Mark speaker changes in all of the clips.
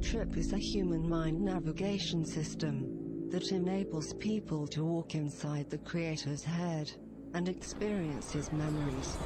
Speaker 1: Trip is a human mind navigation system that enables people to walk inside the creator's head and experience his memories.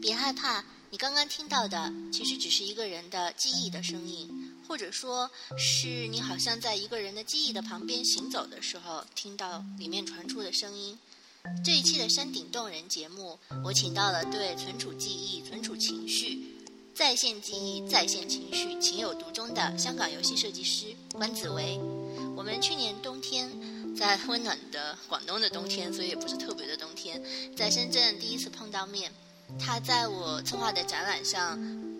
Speaker 2: 《别害怕》，你刚刚听到的其实只是一个人的记忆的声音，或者说是你好像在一个人的记忆的旁边行走的时候听到里面传出的声音。这一期的山顶洞人节目，我请到了对存储记忆、存储情绪、在线记忆、在线情绪情有独钟的香港游戏设计师关子维。我们去年冬天，在温暖的广东的冬天，所以也不是特别的冬天，在深圳第一次碰到面。他在我策划的展览上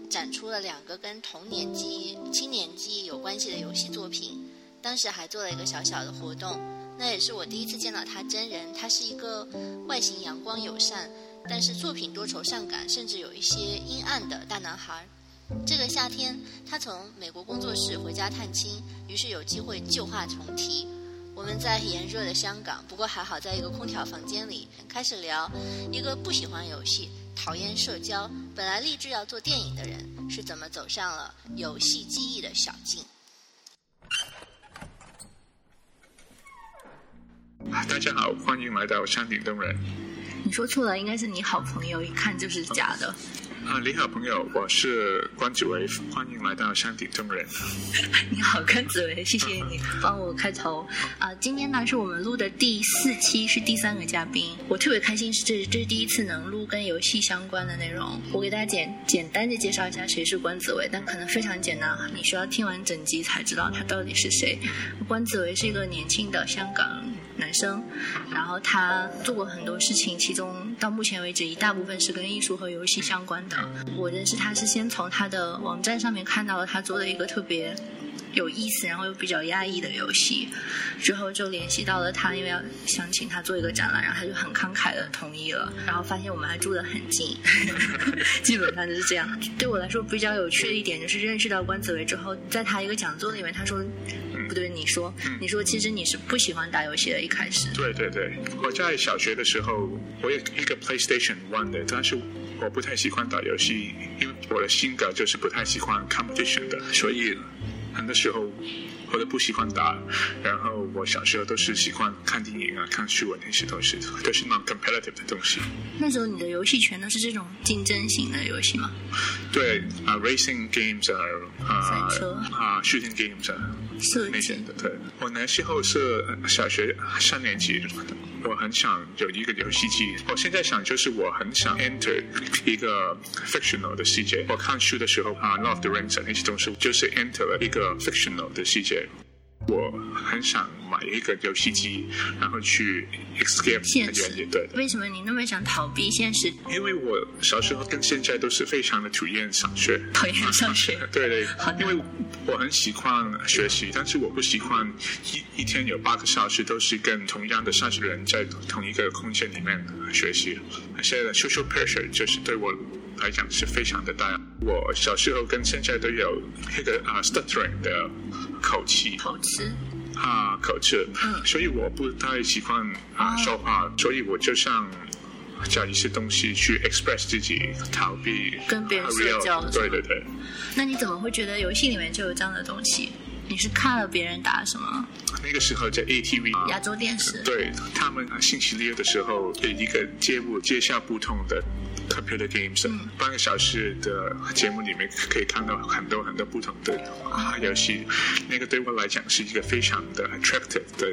Speaker 2: 展出了两个跟童年记忆、青年记忆有关系的游戏作品，当时还做了一个小小的活动。那也是我第一次见到他真人，他是一个外形阳光友善，但是作品多愁善感，甚至有一些阴暗的大男孩。这个夏天，他从美国工作室回家探亲，于是有机会旧话重提。我们在炎热的香港，不过还好在一个空调房间里，开始聊一个不喜欢游戏、讨厌社交、本来立志要做电影的人是怎么走上了游戏记忆的小径。
Speaker 3: 啊，大家好，欢迎来到山顶洞人。
Speaker 4: 你说错了，应该是你好朋友，一看就是假的。
Speaker 3: 啊，你好，朋友，我是关子维，欢迎来到山顶洞人。
Speaker 4: 你好，甘子维，谢谢你帮我开头啊、今天呢是我们录的第四期，是第三个嘉宾，我特别开心，是这这是第一次能录跟游戏相关的内容。我给大家简简单的介绍一下谁是关子维，但可能非常简单，啊你需要听完整集才知道他到底是谁。关子维是一个年轻的香港男生，然后他做过很多事情，其中到目前为止一大部分是跟艺术和游戏相关的。我认识他是先从他的网站上面看到了他做的一个特别有意思，然后又比较压抑的游戏，之后就联系到了他，因为要想请他做一个展览，然后他就很慷慨的同意了，然后发现我们还住得很近， 基本上就是这样。对我来说比较有趣的一点就是认识到关子维之后，在他一个讲座里面，他说，不对，你说，你说其实你是不喜欢打游戏的，一开始，
Speaker 3: 对对对，我在小学的时候，我有一个 PlayStation One 的，但是我不太喜欢打游戏，因为我的性格就是不太喜欢 competition 的，所以很多时候我都不喜欢打。然后我小时候都是喜欢看电影啊、看书啊那些东西，都是那种 competitive 的东西。
Speaker 4: 那时候你的游戏全都是这种竞争型的游戏吗？
Speaker 3: 对啊、r a c i n g games 啊啊
Speaker 4: 赛车
Speaker 3: 啊，shooting games 啊，
Speaker 4: 射
Speaker 3: 那些
Speaker 4: 击。
Speaker 3: 的。对，我那时候是小学三年级，我很想有一个游戏机。我现在想，就是我很想 enter 一个 fictional 的世界。我看书的时候啊，《Love the Rings》啊那些东西，就是 enter 了一个 fictional 的世界。我很想买一个游戏机，然后去 escape
Speaker 4: 现实
Speaker 3: 原野。对的。
Speaker 4: 为什么你那么想逃避现实，
Speaker 3: 因为我小时候跟现在都是非常的讨厌上学，
Speaker 4: 讨厌上学？
Speaker 3: 对对
Speaker 4: 好，的
Speaker 3: 因为我很喜欢学习，但是我不喜欢一一天有八个小时都是跟同样的三十人在同一个空间里面学习，而且 social pressure 就是对我来讲是非常的大。我小时候跟现在都有那个啊、stuttering 的口气
Speaker 4: 偷吃？
Speaker 3: 啊口气，
Speaker 4: 嗯哦
Speaker 3: 所以我不太喜欢啊、说话，所以我就像。找一些东西去 express 自己，逃避
Speaker 4: 跟别人
Speaker 3: 啊
Speaker 4: 社
Speaker 3: real-
Speaker 4: 交
Speaker 3: 对对对。
Speaker 4: 那你怎么会觉得游戏里面就有这样的东西？你是看了别人打什么
Speaker 3: 那个时候在 ATV
Speaker 4: 亚洲电视？
Speaker 3: 对他们啊星期六的时候有一个街舞介绍不同的 computer games，、半个小时的节目里面可以看到很多很多不同的啊游戏，那个对我来讲是一个非常的 attractive 的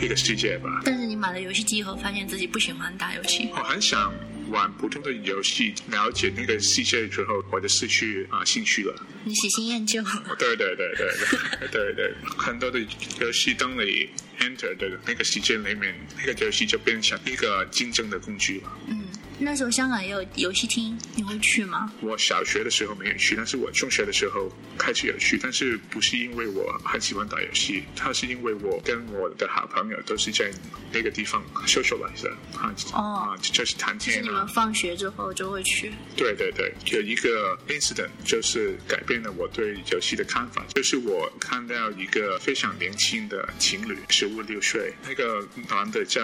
Speaker 3: 一个世界吧。
Speaker 4: 但是你买了游戏机以后，发现自己不喜欢打游戏，
Speaker 3: 我很想玩普通的游戏，了解那个世界之后，我就失去啊兴趣了。
Speaker 4: 你喜新厌旧。
Speaker 3: 对对对对对对对，很多的游戏当你 enter 的那个时间里面，那个游戏就变成一个竞争的工具了。
Speaker 4: 嗯，那时候香港也有游戏厅，你会去吗？
Speaker 3: 我小学的时候没有去，但是我中学的时候开始有去，但是不是因为我很喜欢打游戏，它是因为我跟我的好朋友都是在那个地方 socialize 的啊、
Speaker 4: 哦
Speaker 3: 啊，就是谈
Speaker 4: 就是
Speaker 3: 天
Speaker 4: 你
Speaker 3: 啊
Speaker 4: 们，放学之后就会去。
Speaker 3: 对对对，有一个 incident 就是改变了我对游戏的看法，就是我看到一个非常年轻的情侣，十五六岁，那个男的在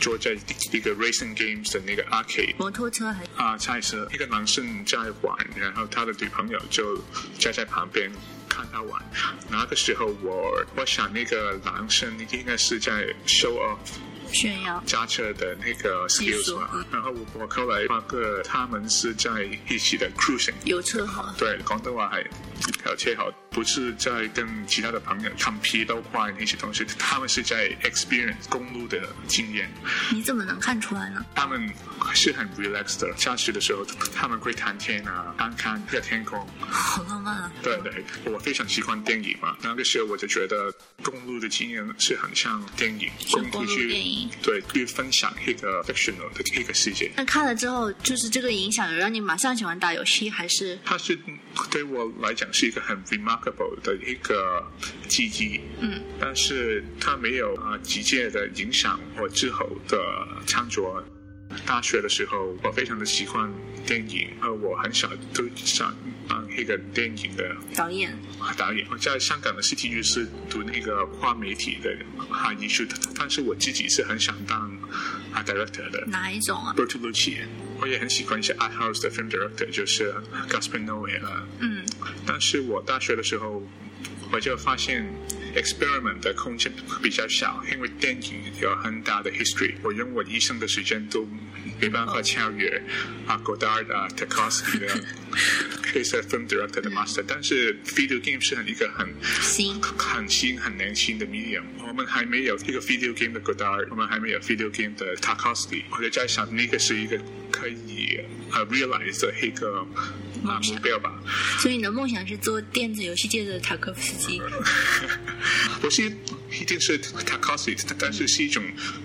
Speaker 3: 坐在一个 racing games 的那个 arcade
Speaker 4: 摩托车还
Speaker 3: 啊，赛车，一个男生在玩，然后他的女朋友就站在旁边看他玩。那个时候我我想那个男生应该是在 show off
Speaker 4: 炫耀，
Speaker 3: 驾车的那个
Speaker 4: 技术
Speaker 3: skills 嘛
Speaker 4: 嗯，
Speaker 3: 然后我我后来发觉他们是在一起的 cruising。
Speaker 4: 有车好。
Speaker 3: 对，广东话还还有切好，不是在跟其他的朋友 compete 都快那些东西，他们是在 experience 公路的经验。
Speaker 4: 你怎么能看出来呢？
Speaker 3: 他们是很 relaxed 的，下雪的时候他们会谈天啊，看看这天空。
Speaker 4: 好浪漫啊！
Speaker 3: 对对，我非常喜欢电影嘛，那个时候我就觉得公路的经验是很像电影，
Speaker 4: 是公
Speaker 3: 路
Speaker 4: 路
Speaker 3: 去
Speaker 4: 电影
Speaker 3: 对去分享一个 fictional 的一个世界。
Speaker 4: 那看了之后，就是这个影响有让你马上喜欢打游戏，还是
Speaker 3: 它是对我来讲是一个很 remarkable 的一个记忆，
Speaker 4: 嗯，
Speaker 3: 但是它没有啊、呃直接的影响我之后的穿着。大学的时候，我非常的喜欢电影，呃，我很少都想当一个电影的啊
Speaker 4: 导演？
Speaker 3: 导演。我在香港的 CTU 是读那个跨媒体的啊艺术的，但是我自己是很想当啊 director 的。
Speaker 4: 哪一种啊？
Speaker 3: Bertolucci，我也很喜欢一些 art house 的 film director，就是 Gaspar Noé 啊。
Speaker 4: 嗯，
Speaker 3: 但是我大学的时候，我就发现 experiment 的空间比较小，因为电影有很大的 history，我用我一生的时间都没办法超越啊 Godard 啊 t a k o s k y 的这些 film director 的 master，但是 video game 是很一个很
Speaker 4: 行，
Speaker 3: 很新很年轻的 medium，我们还没有一个 video game 的 Godard，我们还没有 video game 的 t a k o s k y 我就在想那个是一个可以呃 realize 的一个啊
Speaker 4: 梦想
Speaker 3: 目标吧。
Speaker 4: 所以你的梦想是做电子游戏界的塔科夫斯基。
Speaker 3: 不是一定是 t a k o s i 但是是一种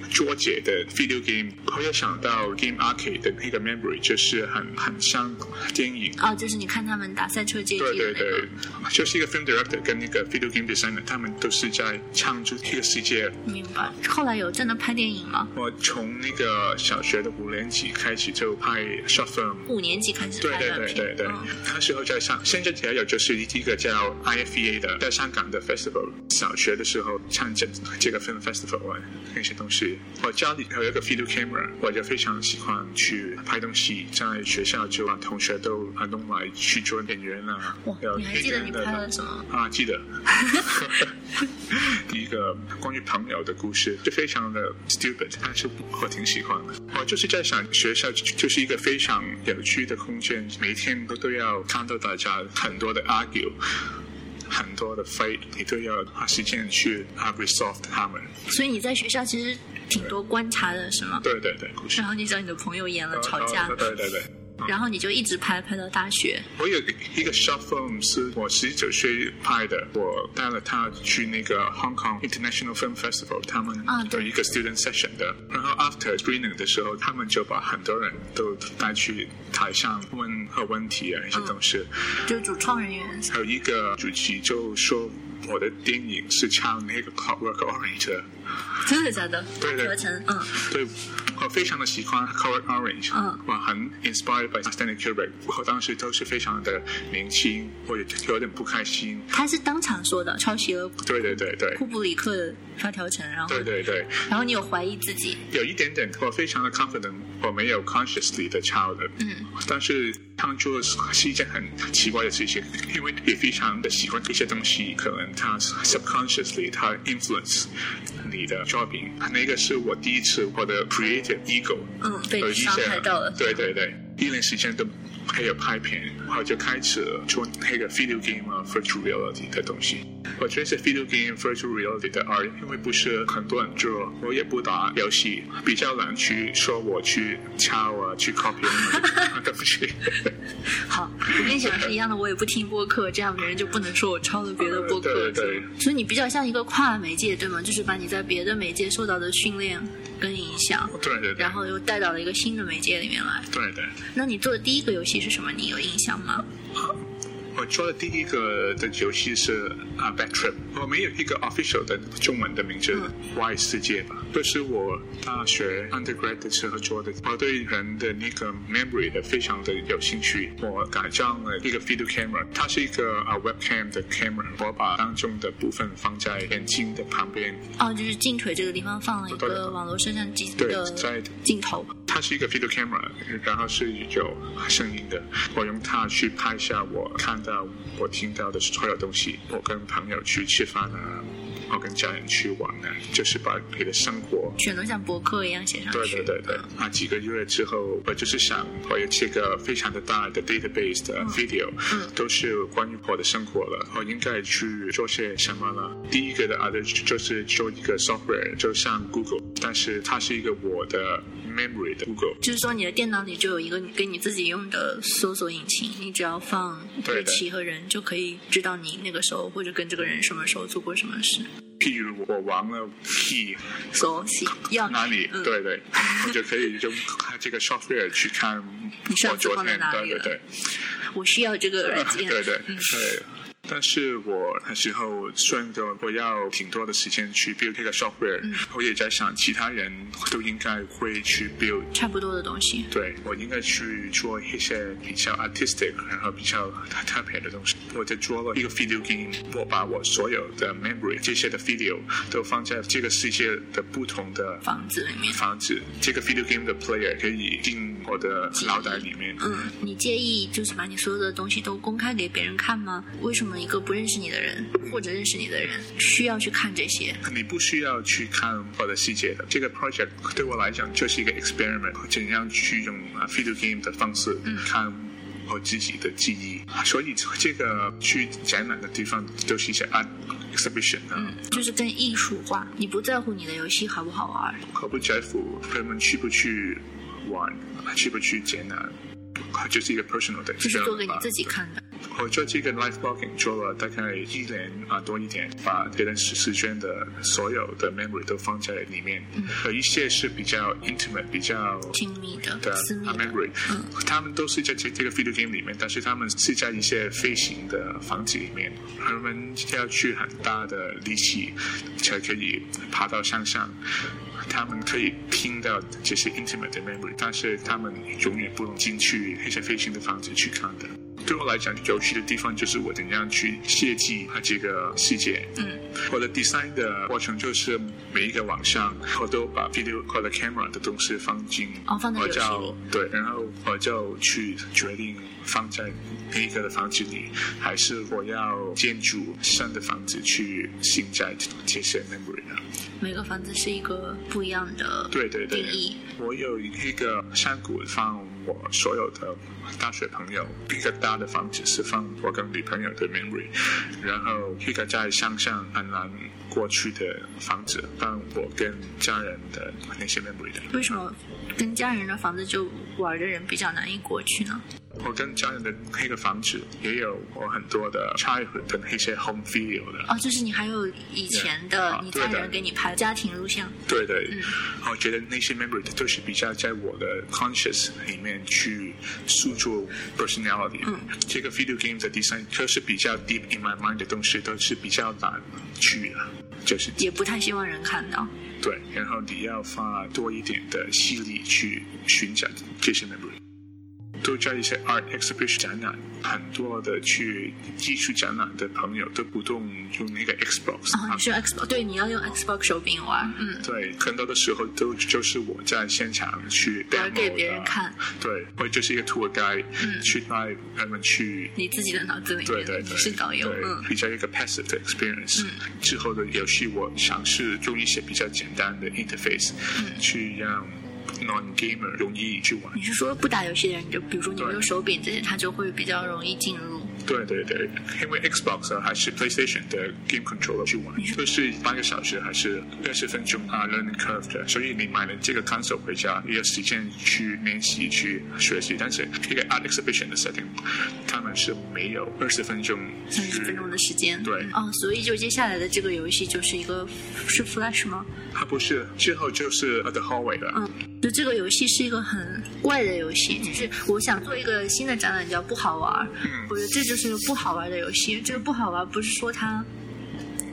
Speaker 3: 桌解的 video game。我也想到 Game Arcade 的那个 memory，就是很很像电影。
Speaker 4: 哦，就是你看他们打赛车阶
Speaker 3: 对
Speaker 4: 梯
Speaker 3: 对
Speaker 4: 的那个
Speaker 3: 对，就是一个 film director 跟那个 video game designer，他们都是在唱出这个世界。
Speaker 4: 明白。后来有真的拍电影吗？
Speaker 3: 我从那个小学的五年级开始就拍 short film，
Speaker 4: 五年级开始
Speaker 3: 对
Speaker 4: 拍
Speaker 3: 对
Speaker 4: 的
Speaker 3: 对
Speaker 4: 片。
Speaker 3: 对对
Speaker 4: 嗯，
Speaker 3: 那时候在上，深圳也有就是一个叫 IFEA 的，在香港的 festival。小学的时候参加这个 film festival 啊那些东西，我家里有一个 video camera，我就非常喜欢去拍东西，在学校就把同学都啊弄来去做演员啊
Speaker 4: 哇，
Speaker 3: 有
Speaker 4: 你还记
Speaker 3: 演
Speaker 4: 得
Speaker 3: 员
Speaker 4: 你
Speaker 3: 的
Speaker 4: 拍了什么？
Speaker 3: 啊， 记得。一个关于朋友的故事，就非常的 stupid，但是我挺喜欢的。我就是在想，学校就就是一个非常有趣的空间，每天都都要看到大家很多的 argue。很多的 fight，你都要花时间去啊 resolve 他们。
Speaker 4: 所以你在学校其实挺多观察的，是吗？
Speaker 3: 对对对，故事
Speaker 4: 然后你找你的朋友演了嗯吵架，
Speaker 3: 对对对。
Speaker 4: 然后你就一直拍拍到大学。
Speaker 3: 我有一个 short film 是我十九岁拍的，我带了他去那个 Hong Kong International Film Festival，他们
Speaker 4: 啊对
Speaker 3: 有一个 student session 的。然后 after screening 的时候，他们就把很多人都带去台上问和问题啊一些东西。
Speaker 4: 就主创人员，
Speaker 3: 还有一个主题就说我的电影是唱那个 Clockwork Orange 的，
Speaker 4: 真的假的？
Speaker 3: 对对
Speaker 4: 合成，嗯，
Speaker 3: 对，我非常的喜欢 Color Orange，
Speaker 4: 嗯
Speaker 3: 我很 inspired by Stanley Kubrick，我当时都是非常的年轻，我也有点不开心。
Speaker 4: 他是当场说的，抄袭了
Speaker 3: 对对对对
Speaker 4: 库布里克的发条城，然后
Speaker 3: 对对对，
Speaker 4: 然后你有怀疑自己，
Speaker 3: 有一点点，我非常的 confident，我没有 consciously 的抄的，
Speaker 4: 嗯，
Speaker 3: 但是创作是一件很奇怪的事情，因为你非常的喜欢一些东西，可能它 subconsciously 它 influence 你的 jobbing，那个是我第一次我的 creative ego，
Speaker 4: 嗯被你伤害到了
Speaker 3: 对对对，一年时间都还有拍片，我就开始做那个 video game 啊 virtual reality 的东西。我觉得是 video game virtual reality 的 art，因为不是很多人做，我也不打游戏，比较难去说我去抄啊，去 copy 那 个东西。啊
Speaker 4: 好，我跟你想的是一样的，我也不听播客，这样别人就不能说我抄了别的播客。
Speaker 3: 对对对
Speaker 4: 所以你比较像一个跨媒介，对吗？就是把你在别的媒介受到的训练，跟影像，
Speaker 3: 对对对
Speaker 4: 然后又带到了一个新的媒介里面来。
Speaker 3: 对对。
Speaker 4: 那你做的第一个游戏是什么？你有印象吗？
Speaker 3: 我做的第一个的游戏是啊，Back Trip，我们有一个 official 的中文的名字
Speaker 4: 嗯
Speaker 3: 《Y 世界》吧，这是我大学 undergrad 的时候做的。我对人的那个 memory 的非常的有兴趣，我改装了一个 video camera，它是一个啊 webcam 的 camera，我把当中的部分放在眼睛的旁边，
Speaker 4: 哦，就是镜腿这个地方放了一
Speaker 3: 对对
Speaker 4: 个
Speaker 3: 对
Speaker 4: 网络摄像机
Speaker 3: 对
Speaker 4: 的
Speaker 3: 在
Speaker 4: 镜头。
Speaker 3: 它是一个 video camera，然后是有声音的。我用它去拍下我看到、我听到的所有东西。我跟朋友去吃饭啊，我跟家人去玩啊，就是把你的生活。
Speaker 4: 全都像博客一样写上
Speaker 3: 对
Speaker 4: 去。
Speaker 3: 对对对，啊，几个月之后，我就是想，我有这个非常的大的 database 的 video，、都是关于我的生活了，我应该去做些什么了？第一个的 other 就是做一个 software，就像 Google，但是它是一个我的 memory 的 Google，
Speaker 4: 就是说，你的电脑里就有一个你给你自己用的搜索引擎，你只要放
Speaker 3: 对
Speaker 4: 日
Speaker 3: 的
Speaker 4: 期和人，就可以知道你那个时候或者跟这个人什么时候做过什么事。
Speaker 3: 譬如我玩了 P
Speaker 4: 所以要
Speaker 3: 哪里，
Speaker 4: 嗯
Speaker 3: 对对，我就可以用这个 software 去看
Speaker 4: 你上
Speaker 3: 我
Speaker 4: 次
Speaker 3: 昨
Speaker 4: 放在
Speaker 3: 天，
Speaker 4: 哪
Speaker 3: 对
Speaker 4: 里
Speaker 3: 对
Speaker 4: 了
Speaker 3: 对，
Speaker 4: 我需要这个软 件。嗯
Speaker 3: 对对对。但是我那时候算着我要挺多的时间去 build 这个 software，、我
Speaker 4: 嗯
Speaker 3: 也在想，其他人都应该会去 build
Speaker 4: 差不多的东西。
Speaker 3: 对我应该去做一些比较 artistic，然后比较特别的东西。我就做了一个 video game，我把我所有的 memory 这些的 video 都放在这个世界的不同的
Speaker 4: 房子里面，
Speaker 3: 防止这个 video game 的 player 可以进我的脑袋里面。
Speaker 4: 嗯，你介意就是把你所有的东西都公开给别人看吗？为什么一个不认识你的人或者认识你的人需要去看这些？
Speaker 3: 你不需要去看我的细节的。这个 project 对我来讲就是一个 experiment，怎样去用啊 video game 的方式看我自己的记忆。啊所以这个去展览的地方都是一些 art exhibition 啊。
Speaker 4: 就是更艺术化，你不在乎你的游戏好不好玩，
Speaker 3: 我不在乎他们去不去玩，去不去展览，就是一个 personal 的 experiment 吧。
Speaker 4: 就是做给你自己看的。
Speaker 3: 我做这个 life blogging 做了大概一年啊多一点，把别人时时间的所有的 memory 都放在里面，有一些是比较 intimate 比较。
Speaker 4: 亲密的
Speaker 3: 的、
Speaker 4: 私密
Speaker 3: 啊、
Speaker 4: 的，嗯
Speaker 3: memory，、他们都是在这这个 video game 里面，但是他们是在一些飞行的房子里面，他们要去很大的力气才可以爬到山上。他们可以听到这些 intimate 的 memory，但是他们永远不能进去那些飞行的房子去看的。对我来讲，有趣的地方就是我怎样去设计它这个细节。
Speaker 4: 嗯，
Speaker 3: 我的 design 的过程就是每一个晚上，我都把 video 或者 camera 的东西放进，
Speaker 4: 哦放在
Speaker 3: 我
Speaker 4: 游戏里
Speaker 3: 就对，然后我就去决定放在那个的房子里，还是我要建筑新的房子去新在这些 memory 呢？
Speaker 4: 每个房子是一个不一样的
Speaker 3: 对对对
Speaker 4: 定义。，
Speaker 3: 我有一个山谷放我所有的大学朋友，一个大的房子是放我跟女朋友的 memory，然后一个在乡下安南过去的房子放我跟家人的那些 memory 的。
Speaker 4: 为什么跟家人的房子就玩的人比较难以过去呢？
Speaker 3: 我跟家人的那个房子也有我很多的 childhood 的那些 home video 的。
Speaker 4: 哦，就是你还有以前的
Speaker 3: 啊
Speaker 4: 你
Speaker 3: 对
Speaker 4: 家
Speaker 3: 的
Speaker 4: 人给你拍家庭录像，
Speaker 3: 对对，
Speaker 4: 嗯
Speaker 3: 我觉得那些 memory 都是比较在我的 conscious 里面去塑造 personality。
Speaker 4: 嗯
Speaker 3: 这个 video game 的 design 都是比较 deep in my mind 的东西，都是比较难去的，就是
Speaker 4: 也不太希望人看到。啊
Speaker 3: 对。然后你要花多一点的吸力去寻找这些 memory。都在一些 art exhibition 展览，很多的去艺术展览的朋友都不动用那个 Xbox，、
Speaker 4: 啊，你是 Xbox，对，你要用 Xbox 手柄玩，嗯，
Speaker 3: 对，很多的时候都就是我在现场去 demo
Speaker 4: 玩
Speaker 3: 的
Speaker 4: 给别人看，嗯
Speaker 3: 对，我就是一个 tour guide，、去带他们去。
Speaker 4: 你自己的脑子里面
Speaker 3: 对对对，
Speaker 4: 你是导游，
Speaker 3: 对
Speaker 4: 嗯，
Speaker 3: 比较一个 passive 的 experience、之后的游戏，我尝试用一些比较简单的 interface，、去
Speaker 4: 嗯
Speaker 3: 让 non gamer 容易去玩。
Speaker 4: 你是说不打游戏的人，就比如说你
Speaker 3: 对
Speaker 4: 用手柄这些，他就会比较容易进入。
Speaker 3: 对对对，因为 Xbox 啊还是 PlayStation 的 Game Controller 去玩，都是八个小时还是六十分钟啊 learning curve 的，所以你买了这个 console 回家也有时间去练习去学习，但是一个 art exhibition 的 setting，他们是没有二十分钟
Speaker 4: 三十分钟的时间。
Speaker 3: 对
Speaker 4: 哦，所以就接下来的这个游戏就是一个是 Flash 吗？
Speaker 3: 它不是之后就是 The Hallway 了。
Speaker 4: 嗯，就这个游戏是一个很怪的游戏，就是我想做一个新的展览叫不好玩儿，
Speaker 3: 嗯
Speaker 4: 我觉得这就是个不好玩的游戏。这个不好玩不是说它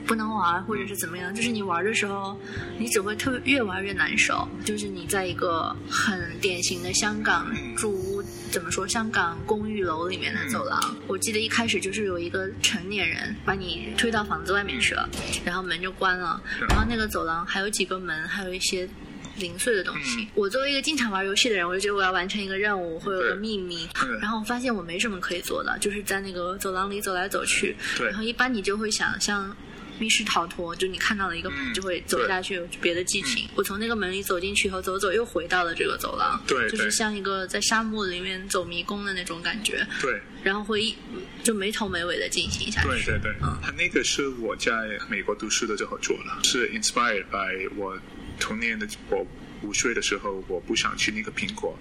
Speaker 4: 不能玩或者是怎么样，就是你玩的时候，你只会特别越玩越难受。就是你在一个很典型的香港
Speaker 3: 嗯
Speaker 4: 住屋，怎么说香港公寓楼里面的走廊，我记得一开始就是有一个成年人把你推到房子外面去了，
Speaker 3: 嗯
Speaker 4: 然后门就关了，然后那个走廊还有几个门，还有一些。零碎的东西。
Speaker 3: 嗯
Speaker 4: 我作为一个经常玩游戏的人，我就觉得我要完成一个任务或者有个
Speaker 3: 对
Speaker 4: 秘密，
Speaker 3: 嗯
Speaker 4: 然后我发现我没什么可以做的，就是在那个走廊里走来走去。
Speaker 3: 对
Speaker 4: 然后一般你就会想像密室逃脱，就你看到了一个门
Speaker 3: 嗯
Speaker 4: 就会走下去，有别的剧情。我从那个门里走进去以后，走走又回到了这个走廊，
Speaker 3: 对
Speaker 4: 就是
Speaker 3: 对
Speaker 4: 像一个在沙漠里面走迷宫的那种感觉，
Speaker 3: 对，
Speaker 4: 然后会一就没头没尾的进行下去。
Speaker 3: 对对对
Speaker 4: 嗯，
Speaker 3: 他那个是我在美国读书的时候做的，是 inspired by 我童年的我。五岁的时候，我不想吃那个苹果，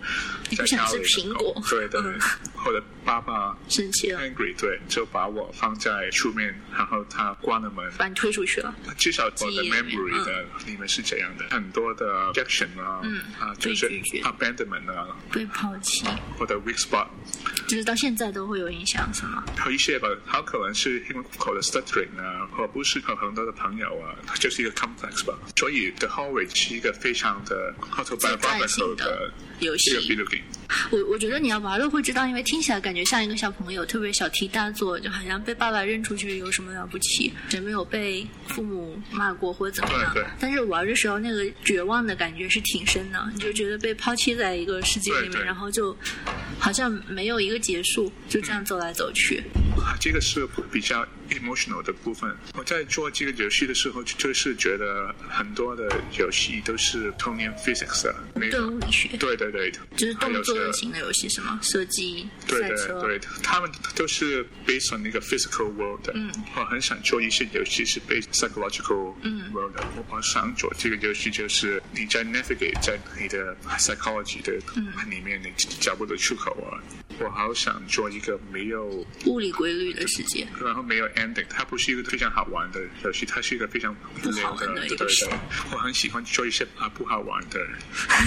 Speaker 4: 你
Speaker 3: 在
Speaker 4: 不想
Speaker 3: 家
Speaker 4: 吃
Speaker 3: 里的时
Speaker 4: 苹
Speaker 3: 候
Speaker 4: 果
Speaker 3: 对对
Speaker 4: 嗯，
Speaker 3: 后来爸爸
Speaker 4: 生气了，
Speaker 3: angry，对，就把我放在出面，然后他关了门，
Speaker 4: 把你推出去了。
Speaker 3: 至少我的
Speaker 4: 记忆里面
Speaker 3: memory 的里面是这样的，很多的 rejection 啊，
Speaker 4: 嗯
Speaker 3: 啊，就是
Speaker 4: 被拒绝
Speaker 3: abandonment 啊，
Speaker 4: 被抛弃，
Speaker 3: 或者 weak spot，
Speaker 4: 就是到现在都会有影响，是吗？
Speaker 3: 有一些吧，他可能是因为口的 stuttering 啊，或不是和很多的朋友啊，就是一个 complex 吧。所以 The Hallway 是一个非常的
Speaker 4: 自传
Speaker 3: autobiographical
Speaker 4: 性的
Speaker 3: 的
Speaker 4: 游
Speaker 3: 这个
Speaker 4: 戏
Speaker 3: video game。
Speaker 4: 我我觉得你要玩了会知道，因为听起来感觉像一个小朋友，特别小题大做，就好像被爸爸扔出去有什么了不起，也没有被父母骂过或者怎么样
Speaker 3: 对对。
Speaker 4: 但是玩的时候那个绝望的感觉是挺深的，你就觉得被抛弃在一个世界里面，
Speaker 3: 对对
Speaker 4: 然后就好像没有一个结束，就这样走来走去。
Speaker 3: 啊，这个是比较 emotional 的部分。我在做这个游戏的时候，就就是觉得很多的游戏都是童年 physics 的那
Speaker 4: 对
Speaker 3: 种。
Speaker 4: 物理学
Speaker 3: 对对对，
Speaker 4: 就是
Speaker 3: 还
Speaker 4: 动
Speaker 3: 有是
Speaker 4: 作型的游戏是吗？射击、
Speaker 3: 对
Speaker 4: 赛车。
Speaker 3: 对对，他们都是 based on 那个 physical world 的。
Speaker 4: 嗯
Speaker 3: 我很想做一些游戏是 based psychological
Speaker 4: 嗯
Speaker 3: world 的。我我想做这个游戏就是你在 navigate 在你的 psychology 的
Speaker 4: 嗯
Speaker 3: 里面，你找不到出口啊。我好想做一个没有，
Speaker 4: 物理规律的世界，
Speaker 3: 然后没有 ending，它不是一个非常好玩的游戏，它是一个非常无聊
Speaker 4: 不好玩的
Speaker 3: 对对
Speaker 4: 游戏
Speaker 3: 对，我很喜欢做一些啊不好玩的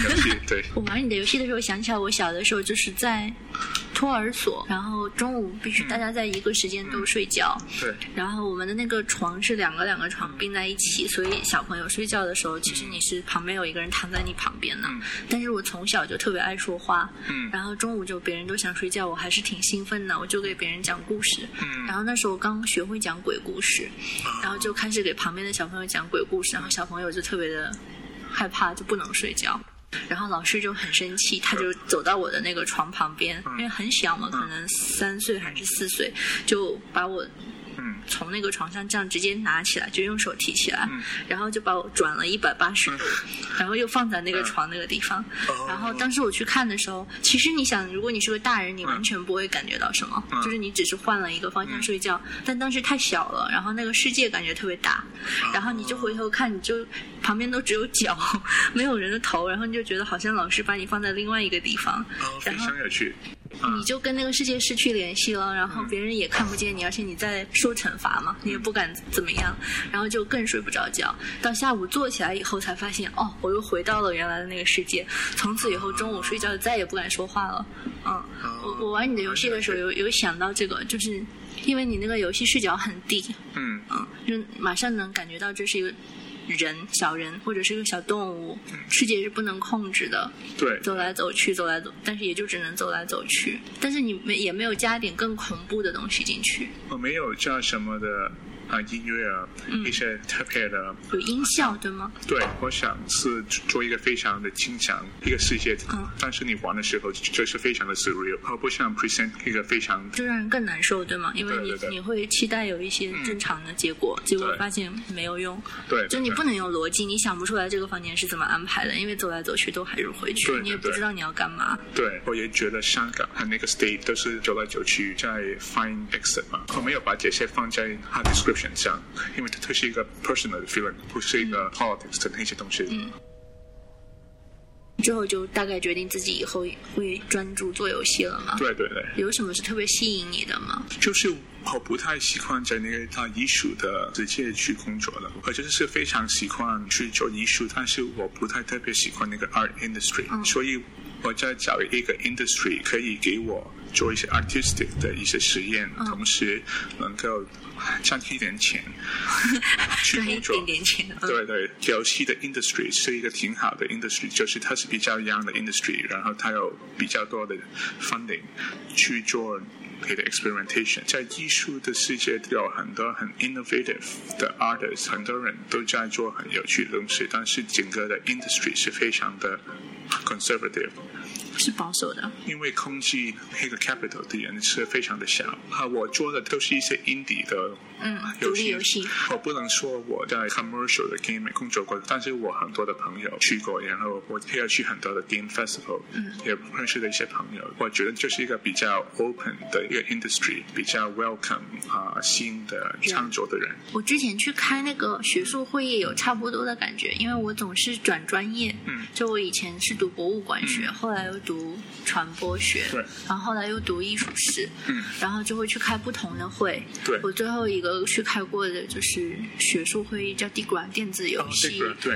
Speaker 3: 游 戏，对。
Speaker 4: 我玩你的游戏的时候，想起来我小的时候就是在托儿所，然后中午必须大家在一个时间都睡觉。
Speaker 3: 对
Speaker 4: 然后我们的那个床是两个两个床并在一起，所以小朋友睡觉的时候，其实你是旁边有一个人躺在你旁边的。
Speaker 3: 嗯
Speaker 4: 但是我从小就特别爱说话，
Speaker 3: 嗯
Speaker 4: 然后中午就别人都想睡觉，我还是挺兴奋的，我就给别人讲故事。
Speaker 3: 嗯
Speaker 4: 然后那时候刚学会讲鬼故事，然后就开始给旁边的小朋友讲鬼故事，然后小朋友就特别的害怕，就不能睡觉。然后老师就很生气，他就走到我的那个床旁边，
Speaker 3: 嗯
Speaker 4: 因为很小嘛，可能三岁还是四岁，就把我
Speaker 3: 嗯
Speaker 4: 从那个床上这样直接拿起来，就用手提起来，
Speaker 3: 嗯
Speaker 4: 然后就把我转了一百八十度，然后又放在那个床那个地方。
Speaker 3: 嗯哦
Speaker 4: 然后当时我去看的时候，其实你想，如果你是个大人，你完全不会感觉到什么，
Speaker 3: 嗯
Speaker 4: 就是你只是换了一个方向睡觉。但当时太小了，然后那个世界感觉特别大，
Speaker 3: 哦
Speaker 4: 然后你就回头看，你就旁边都只有脚， 没有人的头，然后你就觉得好像老师把你放在另外一个地方，
Speaker 3: 哦，非
Speaker 4: 然后
Speaker 3: 常有趣。
Speaker 4: 你就跟那个世界失去联系了，然后别人也看不见你，而且你在受惩罚嘛，你也不敢怎么样，然后就更睡不着觉。到下午坐起来以后，才发现哦，我又回到了原来的那个世界。从此以后，中午睡觉再也不敢说话了。嗯，
Speaker 3: 啊
Speaker 4: 我我玩你的游戏的时候
Speaker 3: 哦
Speaker 4: 有有想到这个，就是因为你那个游戏视角很低，
Speaker 3: 嗯，
Speaker 4: 嗯，就马上能感觉到这是一个人、小人或者是一个小动物，世界是不能控制的。
Speaker 3: 对。
Speaker 4: 走来走去，走来走，但是也就只能走来走去。但是你没也没有加点更恐怖的东西进去，
Speaker 3: 我没有加什么的啊、音乐啊，
Speaker 4: 嗯
Speaker 3: 一些特别的
Speaker 4: 有音效对吗？
Speaker 3: 对，我想是做一个非常的精良一个世界，
Speaker 4: 嗯
Speaker 3: 但是你玩的时候就是非常的 surreal，而不像 present 一个非常
Speaker 4: 就让人更难受对吗？因为
Speaker 3: 对
Speaker 4: 你
Speaker 3: 对对
Speaker 4: 你会期待有一些正常的结果，结果
Speaker 3: 对
Speaker 4: 发现没有用。
Speaker 3: 对，
Speaker 4: 就你
Speaker 3: 对
Speaker 4: 不能用逻辑，你想不出来这个房间是怎么安排的，因为走来走去都还是回去，
Speaker 3: 对对
Speaker 4: 你也不
Speaker 3: 对
Speaker 4: 知道你要干嘛。
Speaker 3: 对，我也觉得香港和那个 state 都是走来走去在 find exit 嘛。我没有把这些放在它 description 上，因为它它是一个 personal 的 feeling，不是一个 politics 的那些东西。
Speaker 4: 之后就大概决定自己以后会专注做游戏了嘛。
Speaker 3: 对对对，
Speaker 4: 有什么是特别吸引你的吗？
Speaker 3: 就是我不太习惯在那个啊艺术的直接去工作了，我就是非常习惯去做艺术，但是我不太特别喜欢那个 art industry，、
Speaker 4: 嗯
Speaker 3: 所以我在找一个 industry 可以给我做一些 artistic 的一些实验，
Speaker 4: 嗯
Speaker 3: 同时能够赚一点钱去
Speaker 4: 赚一
Speaker 3: 工作
Speaker 4: 点。点钱，嗯
Speaker 3: 对对，游戏的 industry 是一个挺好的 industry，就是它是比较 young 的 industry，然后它有比较多的 funding 去做你的 experimentation。在艺术的世界有很多很 innovative 的 artists，很多人都在做很有趣的东西，但是整个的 industry 是非常的 conservative。
Speaker 4: 是保守的。
Speaker 3: 因为空气那个 capital 的人是非常的小啊，我做的都是一些 indie 的
Speaker 4: 嗯
Speaker 3: 游
Speaker 4: 独立
Speaker 3: 戏，
Speaker 4: 游戏
Speaker 3: 我不能说我在 commercial 的 game 工作过，但是我很多的朋友去过，然后我也有去很多的 game festival，、嗯、也认识了一些朋友。我觉得这是一个比较 open 的一个 industry，比较 welcome 啊、新的创作的人。
Speaker 4: 我之前去开那个学术会议有差不多的感觉，因为我总是转专业，嗯
Speaker 3: 嗯
Speaker 4: 就我以前是读博物馆学，后来又读传播学，
Speaker 3: 对
Speaker 4: 然后后来又读艺术史，
Speaker 3: 嗯，
Speaker 4: 然后就会去开不同的会，
Speaker 3: 对
Speaker 4: 我最后一个去开过的就是学术会议，叫地管电子游
Speaker 3: 哦这
Speaker 4: 戏，
Speaker 3: 个对，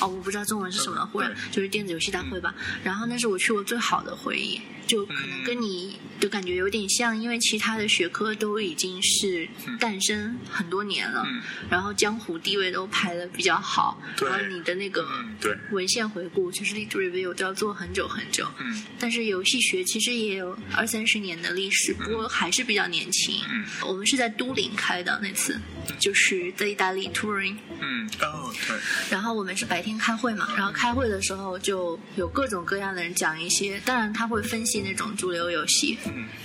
Speaker 4: 哦，我不知道中文是什么，
Speaker 3: 嗯
Speaker 4: 忽然
Speaker 3: 对
Speaker 4: 就是电子游戏大会吧。然后那是我去过最好的会议，就可能
Speaker 3: 嗯
Speaker 4: 跟你的感觉有点像，因为其他的学科都已经是诞生很多年了，
Speaker 3: 嗯
Speaker 4: 然后江湖地位都排的比较好，
Speaker 3: 对
Speaker 4: 然后你的那个
Speaker 3: 嗯对，
Speaker 4: 文献回顾就是 lit review 都要做很久很久。
Speaker 3: 嗯
Speaker 4: 但是游戏学其实也有二三十年的历史，不过还是比较年轻。
Speaker 3: 嗯
Speaker 4: 我们是在都灵开的那次，就是在意大利 Turin。
Speaker 3: 嗯哦对，
Speaker 4: 然后我们是白天开会嘛，然后开会的时候就有各种各样的人讲一些，当然他会分析那种主流游戏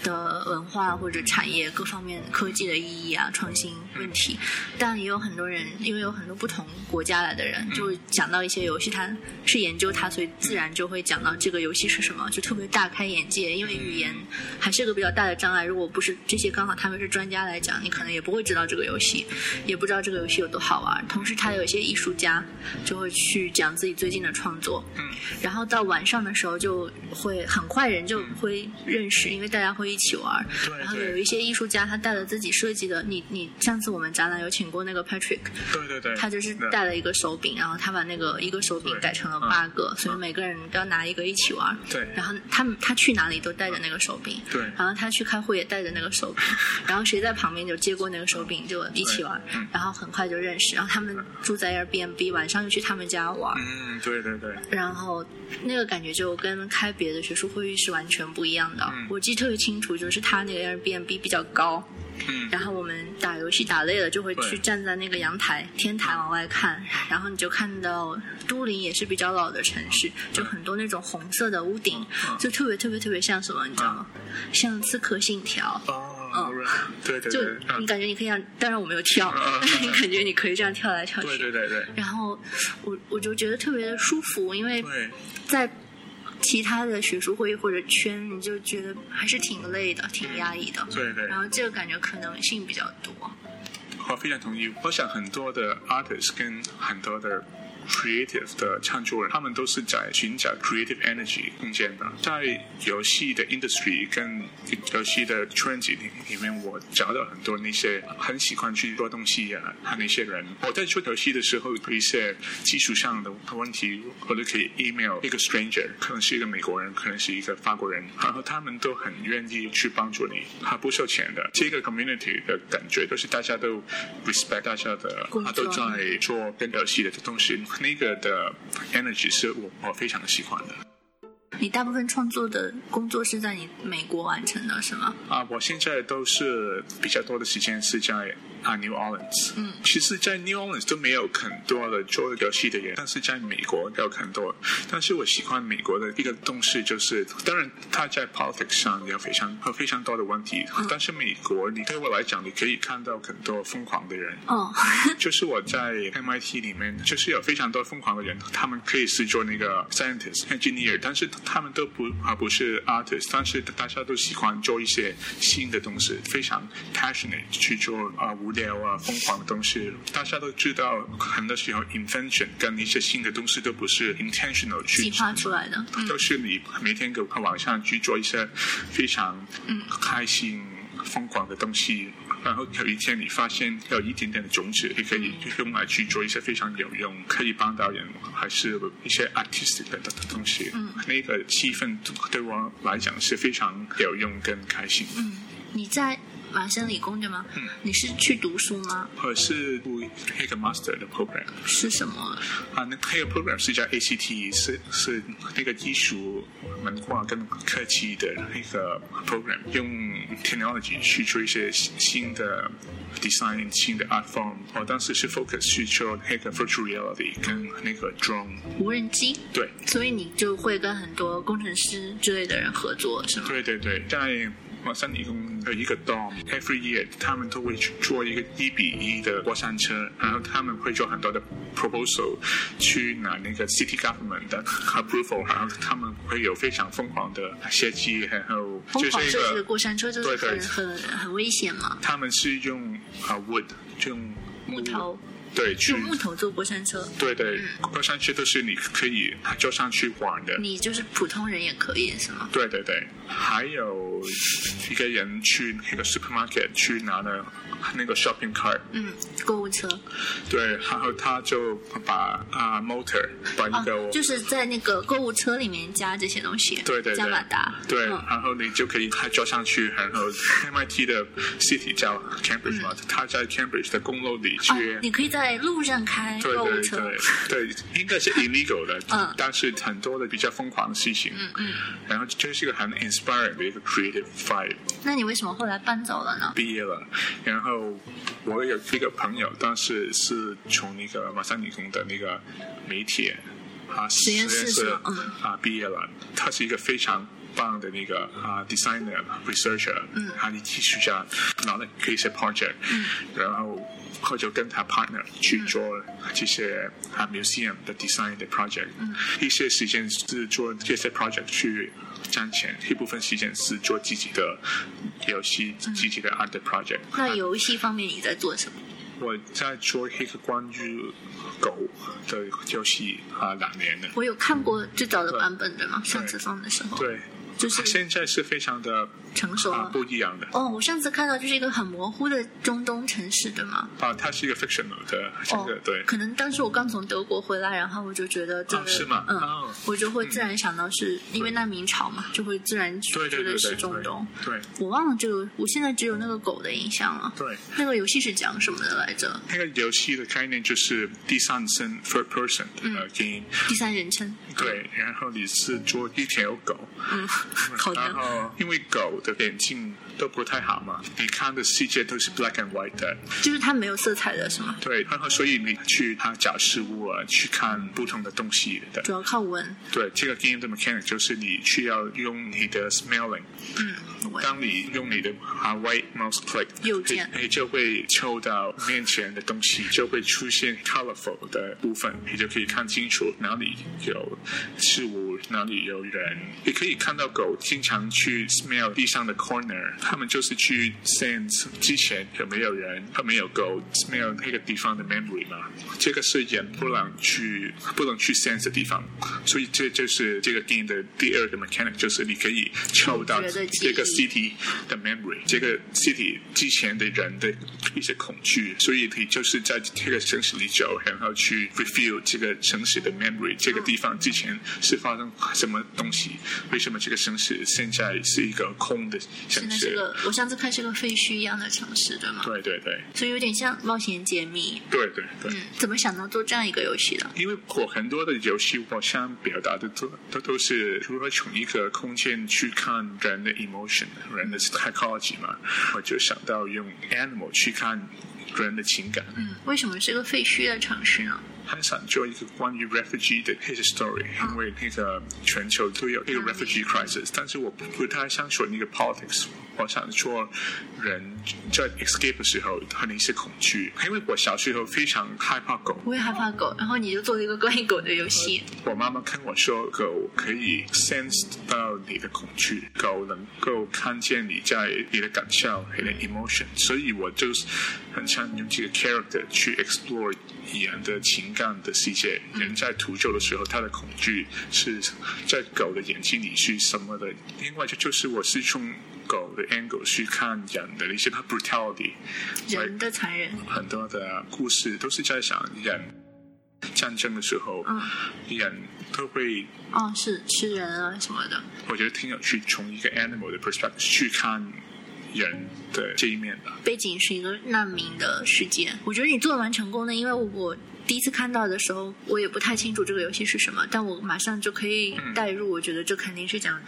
Speaker 4: 的文化或者产业各方面科技的意义啊、创新问题，但也有很多人，因为有很多不同国家来的人，就会讲到一些游戏，他是研究它，所以自然就会讲到这个游戏是什么，就特别大开眼界，因为语言还是个比较大的障碍。如果不是这些刚好他们是专家来讲，你可能也不会知道这个游戏，也不知道这个游戏有多好玩。同时，他有一些艺术家就会去讲自己最近的创作，
Speaker 3: 嗯
Speaker 4: 然后到晚上的时候就会很快人就会认识，因为大家会一起玩儿。
Speaker 3: 嗯对
Speaker 4: 然后
Speaker 3: 对
Speaker 4: 有一些艺术家他带了自己设计的，你你上次我们展览有请过那个 Patrick，
Speaker 3: 对对对，
Speaker 4: 他就是
Speaker 3: 对
Speaker 4: 带了一个手柄，然后他把那个一个手柄
Speaker 3: 对
Speaker 4: 改成了
Speaker 3: 嗯
Speaker 4: 八个，所以每个人都要拿一个一起玩。
Speaker 3: 对
Speaker 4: 然后他们他去哪里都带着那个手柄，
Speaker 3: 对
Speaker 4: 然后他去开会也带着那 个手柄，然后谁在旁边就接过那个手柄就一起玩
Speaker 3: 嗯，
Speaker 4: 然后很快就认识，然后他们住在 Airbnb，晚上就去他们家玩。
Speaker 3: 嗯对对对，
Speaker 4: 然后那个感觉就跟开别的学术会议是完全不一样的。
Speaker 3: 嗯
Speaker 4: 我记得特别清楚，就是他那个 Airbnb 比较高，
Speaker 3: 嗯
Speaker 4: 然后我们打游戏打累了，就会去
Speaker 3: 对嗯
Speaker 4: 站在那个阳台天台往外看，然后你就看到都灵也是比较老的城市，就很多那种红色的屋顶，
Speaker 3: 嗯
Speaker 4: 就特别特别特别像什么，你知道吗？像《刺客信条》。
Speaker 3: 啊哦，对对
Speaker 4: 就
Speaker 3: 对，嗯
Speaker 4: 你感觉你可以让，当然我没有跳
Speaker 3: 嗯，
Speaker 4: 但是感觉你可以这样跳来跳去。
Speaker 3: 啊对对对对。
Speaker 4: 然后我我就觉得特别的舒服，因为
Speaker 3: 对，
Speaker 4: 在其他的学术会议或者圈，你就觉得还是挺累的，挺压抑的。
Speaker 3: 对对
Speaker 4: 然后这个感觉可能性比较多。
Speaker 3: 我非常同意。我想很多的 artist 跟很多的 creative 的创作人，他们都是在寻找 creative energy 空间的。在游戏的 industry 跟游戏的圈子里里面，我找到很多那些很喜欢去做东西啊，和那些人。我在做游戏的时候，有一些技术上的问题，我都可以 email 一个 stranger，可能是一个美国人，可能是一个法国人，然后他们都很愿意去帮助你，还不收钱的。这个 community 的感觉都是大家都 respect 大家的
Speaker 4: 工，
Speaker 3: 他
Speaker 4: 作
Speaker 3: 都在做跟游戏的东西，那个的 energy 是我我非常喜欢的。
Speaker 4: 你大部分创作的工作是在你美国完成的，是吗？
Speaker 3: 啊，我现在都是比较多的时间是在啊 New Orleans。嗯，其实，在 New Orleans 都没有很多的做游戏的人，但是在美国有很多。但是我喜欢美国的一个东西就是，当然他在 politics 上有非常有非常多的问题，但是美国你对我来讲，你可以看到很多疯狂的人。
Speaker 4: 哦，
Speaker 3: 就是我在 MIT 里面，就是有非常多疯狂的人，他们可以是做那个 scientist、engineer，但是他们都不啊不是 artist，但是啊大家都喜欢做一些新的东西，非常 passionate 去做啊无聊啊疯狂的东西。大家都知道，很多时候 invention 跟一些新的东西都不是 intentional 去
Speaker 4: 计划出来的，嗯
Speaker 3: 都是你每天给晚上去做一些非常开心、疯狂的东西，然后有一天你发现有一点点的种子，你可以用来去做一些非常有用、可以帮到人，还是一些
Speaker 4: 嗯
Speaker 3: artistic 的东西。那个气氛对我来讲是非常有用跟开心。
Speaker 4: 嗯，你在麻省理工对吗？嗯，你是去读书吗？
Speaker 3: 我是读那个 master 的 program。
Speaker 4: 是什么？
Speaker 3: 啊，那还有 program 是叫 ACT，是是那个艺术文化跟科技的那个 program，用 technology 去做一些新新的 design、新的 art form。我当时是 focus 去做那个 virtual reality 跟那个 drone。
Speaker 4: 无人机。
Speaker 3: 对，
Speaker 4: 所以你就会跟很多工程师之类的人合作，是吗？
Speaker 3: 对对对，在马三理工的一个 dorm，every year 他们都会去做一个一比一的过山车，然后他们会做很多的 proposal 去拿那个 city government 的 approval，然后他们会有非常疯狂的设计，然后
Speaker 4: 疯
Speaker 3: 就
Speaker 4: 狂
Speaker 3: 是一
Speaker 4: 设计的
Speaker 3: 个
Speaker 4: 过山车就
Speaker 3: 对
Speaker 4: 是很
Speaker 3: 对
Speaker 4: 很很危险嘛，
Speaker 3: 他们是用啊 wood 就用
Speaker 4: 木头
Speaker 3: 对去
Speaker 4: 用木头做过山车，
Speaker 3: 对对过山车都是你可以坐上去玩的，
Speaker 4: 你就是普通人也可以是吗？
Speaker 3: 对对对，还有一个人去那个 supermarket 去拿了那个 shopping cart，
Speaker 4: 嗯，购物车
Speaker 3: 对，然后他就把啊、motor 把
Speaker 4: 啊
Speaker 3: 一个、，
Speaker 4: 就是在那个购物车里面加这些东西，
Speaker 3: 对对对
Speaker 4: 加马达，
Speaker 3: 对，
Speaker 4: 嗯
Speaker 3: 然后你就可以他坐上去，然后 MIT 的 city 叫 Cambridge 嘛，他在 Cambridge 的公路里去。
Speaker 4: 啊，嗯你可以在路上开
Speaker 3: 对
Speaker 4: 购物
Speaker 3: 对
Speaker 4: 车，
Speaker 3: 对对，应该是 illegal 的，
Speaker 4: 嗯
Speaker 3: 但是很多的比较疯狂的事情，嗯嗯，然后就是一个很 inspiring 的一个 creative vibe。
Speaker 4: 那你为什么后来搬走了呢？
Speaker 3: 毕业了，然后我有一个朋友，当时是从那个马三理工的那个媒体啊实
Speaker 4: 验室是
Speaker 3: 室
Speaker 4: 吗嗯
Speaker 3: 啊毕业了，他是一个非常。棒的那个啊、designer researcher，嗯，啊艺术家，拿了一些 project，嗯，然后我就跟他 partner 去做这些啊 museum 的 design 的 project，、嗯、一些时间是做这些 project 去赚钱，一部分时间是做自己的游戏、自己的 art project。啊
Speaker 4: 那游戏方面你在做什么？
Speaker 3: 我在做一个关于狗的游戏啊，两年了。
Speaker 4: 我有看过最早的版本的嘛，上次放的时候，
Speaker 3: 对，
Speaker 4: 就是
Speaker 3: 现在是非常的
Speaker 4: 成熟
Speaker 3: 啊
Speaker 4: 了。
Speaker 3: 不一样的
Speaker 4: 哦，我上次看到就是一个很模糊的中东城市，对吗？
Speaker 3: 啊，它是一个 fictional 的这
Speaker 4: 哦
Speaker 3: 个、，对。
Speaker 4: 可能当时我刚从德国回来，然后我就觉得这个、
Speaker 3: 哦是吗
Speaker 4: 嗯，
Speaker 3: 哦
Speaker 4: 我就会自然想到是因为难民潮嘛，就会自然
Speaker 3: 对
Speaker 4: 觉
Speaker 3: 对对
Speaker 4: 得
Speaker 3: 对
Speaker 4: 是
Speaker 3: 对
Speaker 4: 中东。
Speaker 3: 对
Speaker 4: 我忘了这个，我现在只有那个狗的印象了。
Speaker 3: 对，
Speaker 4: 那个游戏是讲什么的来着？
Speaker 3: 那个游戏的概念就是第三身 （third person）
Speaker 4: 嗯
Speaker 3: 的 game，、
Speaker 4: 第三人称。
Speaker 3: 对，然后你是做一条狗，
Speaker 4: 嗯， 好
Speaker 3: 然
Speaker 4: 的。
Speaker 3: 后因为狗的眼睛都不太好嘛，你看的世界都是 black and white 的，
Speaker 4: 就是它没有色彩的，是吗？
Speaker 3: 对，然后所以你去它找事物啊，去看不同的东西的。
Speaker 4: 主要靠闻，
Speaker 3: 对，这个 game 的 mechanic 就是你需要用你的 smelling，
Speaker 4: 嗯，闻。
Speaker 3: 当你用你的啊 white mouse click
Speaker 4: 右键
Speaker 3: 你你就会抽到面前的东西，就会出现 colorful 的部分，你就可以看清楚哪里有事物，哪里有人。你可以看到狗经常去 smell 地上的 corner，它们就是去 sense 之前有没有人，有没有狗 smell 那个地方的 memory 嘛。这个是人不能去不能去 sense 的地方，所以这就是这个 game 的第二个 mechanic，就是你可以抽到
Speaker 4: 觉得记忆
Speaker 3: 这个 C city 的 memory，这个 city 之前的人的一些恐惧，所以你就是在这个城市里走，然后去 review 这个城市的 memory，这个地方之前是发生什么东西，为什么这个城市现在是一个空的城
Speaker 4: 现在是
Speaker 3: 市，
Speaker 4: 个，我上次看是个废墟一样的城市，对吗？
Speaker 3: 对对对
Speaker 4: 所以有点像冒险解密。
Speaker 3: 对对对。
Speaker 4: 嗯，怎么想到做这样一个游戏的？
Speaker 3: 因为我很多的游戏，我想表达的都都都是如何从一个空间去看人的 emotion，人的 psychology 嘛，我就想到用 animal 去看人的情感。
Speaker 4: 嗯，为什么是个废墟的城市呢？
Speaker 3: 很想做一个关于 refugee 的 his story，因为那个全球都有一个 refugee crisis，但是我不不太想说那个 politics。我想说，人在 escape 的时候和一些恐惧，因为我小时候非常害怕狗，
Speaker 4: 我也害怕狗，然后你就做了一个关于狗的游 戏。
Speaker 3: 我妈妈跟我说，狗可以 sense 到你的恐惧，狗能够看见你在你的感受、你的 emotion，所以我就是很想用这个 character 去 explore 人的情感的世界。人在途中的时候，他的恐惧是在狗的眼睛里是什么的？另外，这就是我是从狗的 angle 去看人的一些 brutality，
Speaker 4: 人的残忍，
Speaker 3: 很多的故事都是在想人战争的时候，
Speaker 4: 嗯
Speaker 3: 人都会，
Speaker 4: 哦，是吃人啊什么的。
Speaker 3: 我觉得挺有趣，从一个 animal 的 perspective 去看人的这一面吧。
Speaker 4: 背景是一个难民的世界。我觉得你做的蛮成功的，因为我第一次看到的时候，我也不太清楚这个游戏是什么，但我马上就可以代入。我觉得这肯定是讲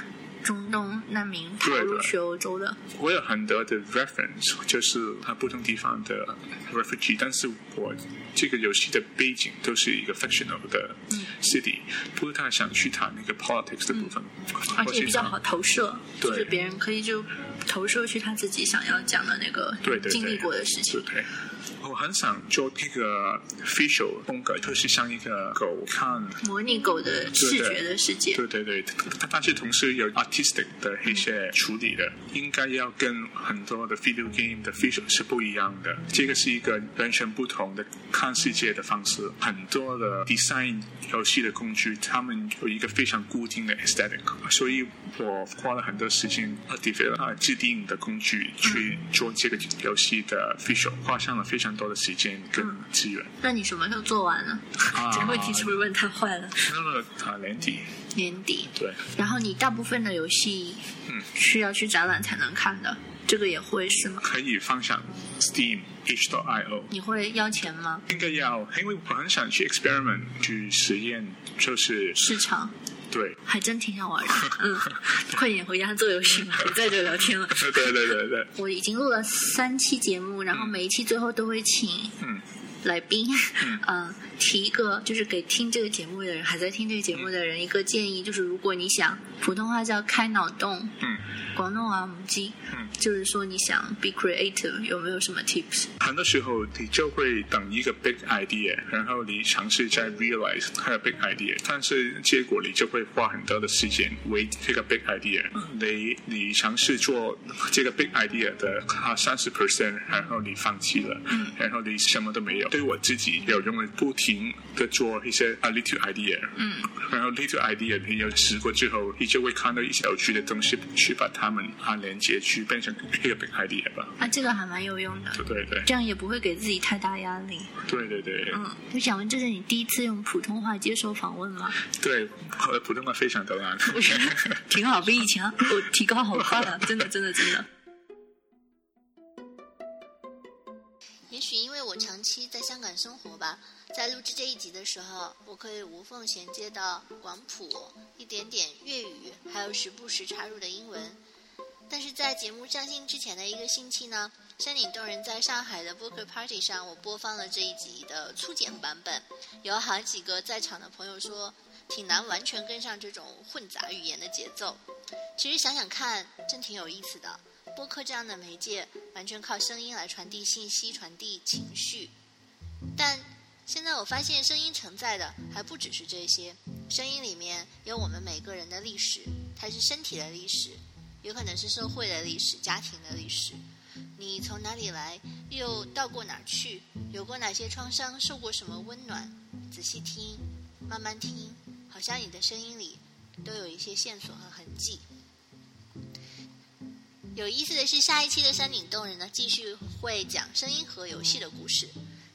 Speaker 4: 中东难民逃
Speaker 3: 对的
Speaker 4: 入去欧洲的。
Speaker 3: 我有很多的 reference，就是啊不同地方的 refugee，但是我这个游戏的背景都是一个 fictional 的
Speaker 4: 嗯
Speaker 3: city，、不太想去谈那个 politics 的部分，
Speaker 4: 而
Speaker 3: 我是
Speaker 4: 且啊比较
Speaker 3: 想
Speaker 4: 好投射，
Speaker 3: 对
Speaker 4: 就是别人可以就投射去他自己想要讲的那个
Speaker 3: 对对对
Speaker 4: 经历过的事情
Speaker 3: 对。对，我很想做那个 facial 风格，就是像一个狗看，
Speaker 4: 模拟狗的视觉的世界，
Speaker 3: 对对对，但但是同时有 artistic 的一些处理的，应该要跟很多的 video game 的 facial 是不一样的。这个是一个完全不同的看世界的方式。很多的 design 游戏的工具，他们有一个非常固定的 aesthetic，所以我花了很多时间啊 develop 啊制定的工具去做这个游戏的 facial，花上了非常多的时间跟资源。
Speaker 4: 那你什么时候做完呢？
Speaker 3: 啊
Speaker 4: 这个问题是不是问太坏了？
Speaker 3: 那么啊，连体
Speaker 4: 年底，
Speaker 3: 对。
Speaker 4: 然后你大部分的游戏
Speaker 3: 嗯
Speaker 4: 是要去展览才能看的，这个也会是吗？
Speaker 3: 可以放上 Steam H.io。
Speaker 4: 你会要钱吗？
Speaker 3: 应该要，因为我很想去 experiment 去实验，就是
Speaker 4: 市场
Speaker 3: 对，
Speaker 4: 还真挺想玩 的，嗯，快点回家做游戏吧，别在这聊天了。
Speaker 3: 对对对对对，
Speaker 4: 我已经录了三期节目，然后每一期最后都会请
Speaker 3: 嗯
Speaker 4: 来宾，
Speaker 3: 嗯
Speaker 4: 嗯、提一个就是给听这个节目的人，还在听这个节目的人一个建议，就是如果你想普通话叫开脑洞，
Speaker 3: 嗯，
Speaker 4: 广东话母鸡，
Speaker 3: 嗯
Speaker 4: 就是说你想 be creative，有没有什么 tips？
Speaker 3: 很多时候你就会等一个 big idea，然后你尝试在 realize 它的 big idea，但是结果你就会花很多的时间为这个 big idea，你你尝试做这个 big idea 的啊三十 percent，然后你放弃了，然后你什么都没有。对我自己有用的，不停的做一些啊 little idea，嗯，然后 little idea 你有试过之后，你就会看到一些有趣的东西，去把它们啊连接去变成一个 big idea 吧。
Speaker 4: 啊，这个还蛮有用的，
Speaker 3: 对对
Speaker 4: 这样也不会给自己太大压力。
Speaker 3: 对对对。
Speaker 4: 嗯，我想问，这是你第一次用普通话接受访问吗？
Speaker 3: 对，我的普通话非常的烂。
Speaker 4: 挺好，比以前我提高好快啊！真的，真的，真的。
Speaker 2: 也许因为我长期在香港生活吧，在录制这一集的时候，我可以无缝衔接到广普、一点点粤语，还有时不时插入的英文。但是在节目上新之前的一个星期呢，山顶洞人在上海的 Booker Party 上，我播放了这一集的粗剪版本，有好几个在场的朋友说，挺难完全跟上这种混杂语言的节奏。其实想想看，真挺有意思的。播客这样的媒介，完全靠声音来传递信息、传递情绪。但现在我发现，声音承载的还不只是这些，声音里面有我们每个人的历史，它是身体的历史，有可能是社会的历史、家庭的历史。你从哪里来，又到过哪儿去，有过哪些创伤，受过什么温暖？仔细听，慢慢听，好像你的声音里都有一些线索和痕迹。有意思的是，下一期的山顶洞人呢，继续会讲声音和游戏的故事，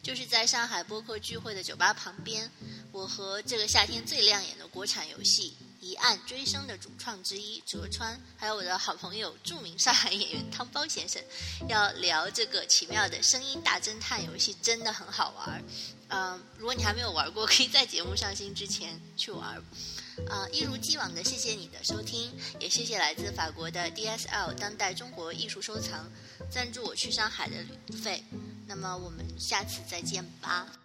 Speaker 2: 就是在上海播客聚会的酒吧旁边，我和这个夏天最亮眼的国产游戏《一案追声》的主创之一卓川，还有我的好朋友著名上海演员汤包先生，要聊这个奇妙的声音大侦探游戏，真的很好玩儿。嗯、如果你还没有玩过，可以在节目上新之前去玩儿。呃，一如既往的谢谢你的收听，也谢谢来自法国的 DSL 当代中国艺术收藏赞助我去上海的旅费。那么我们下次再见吧。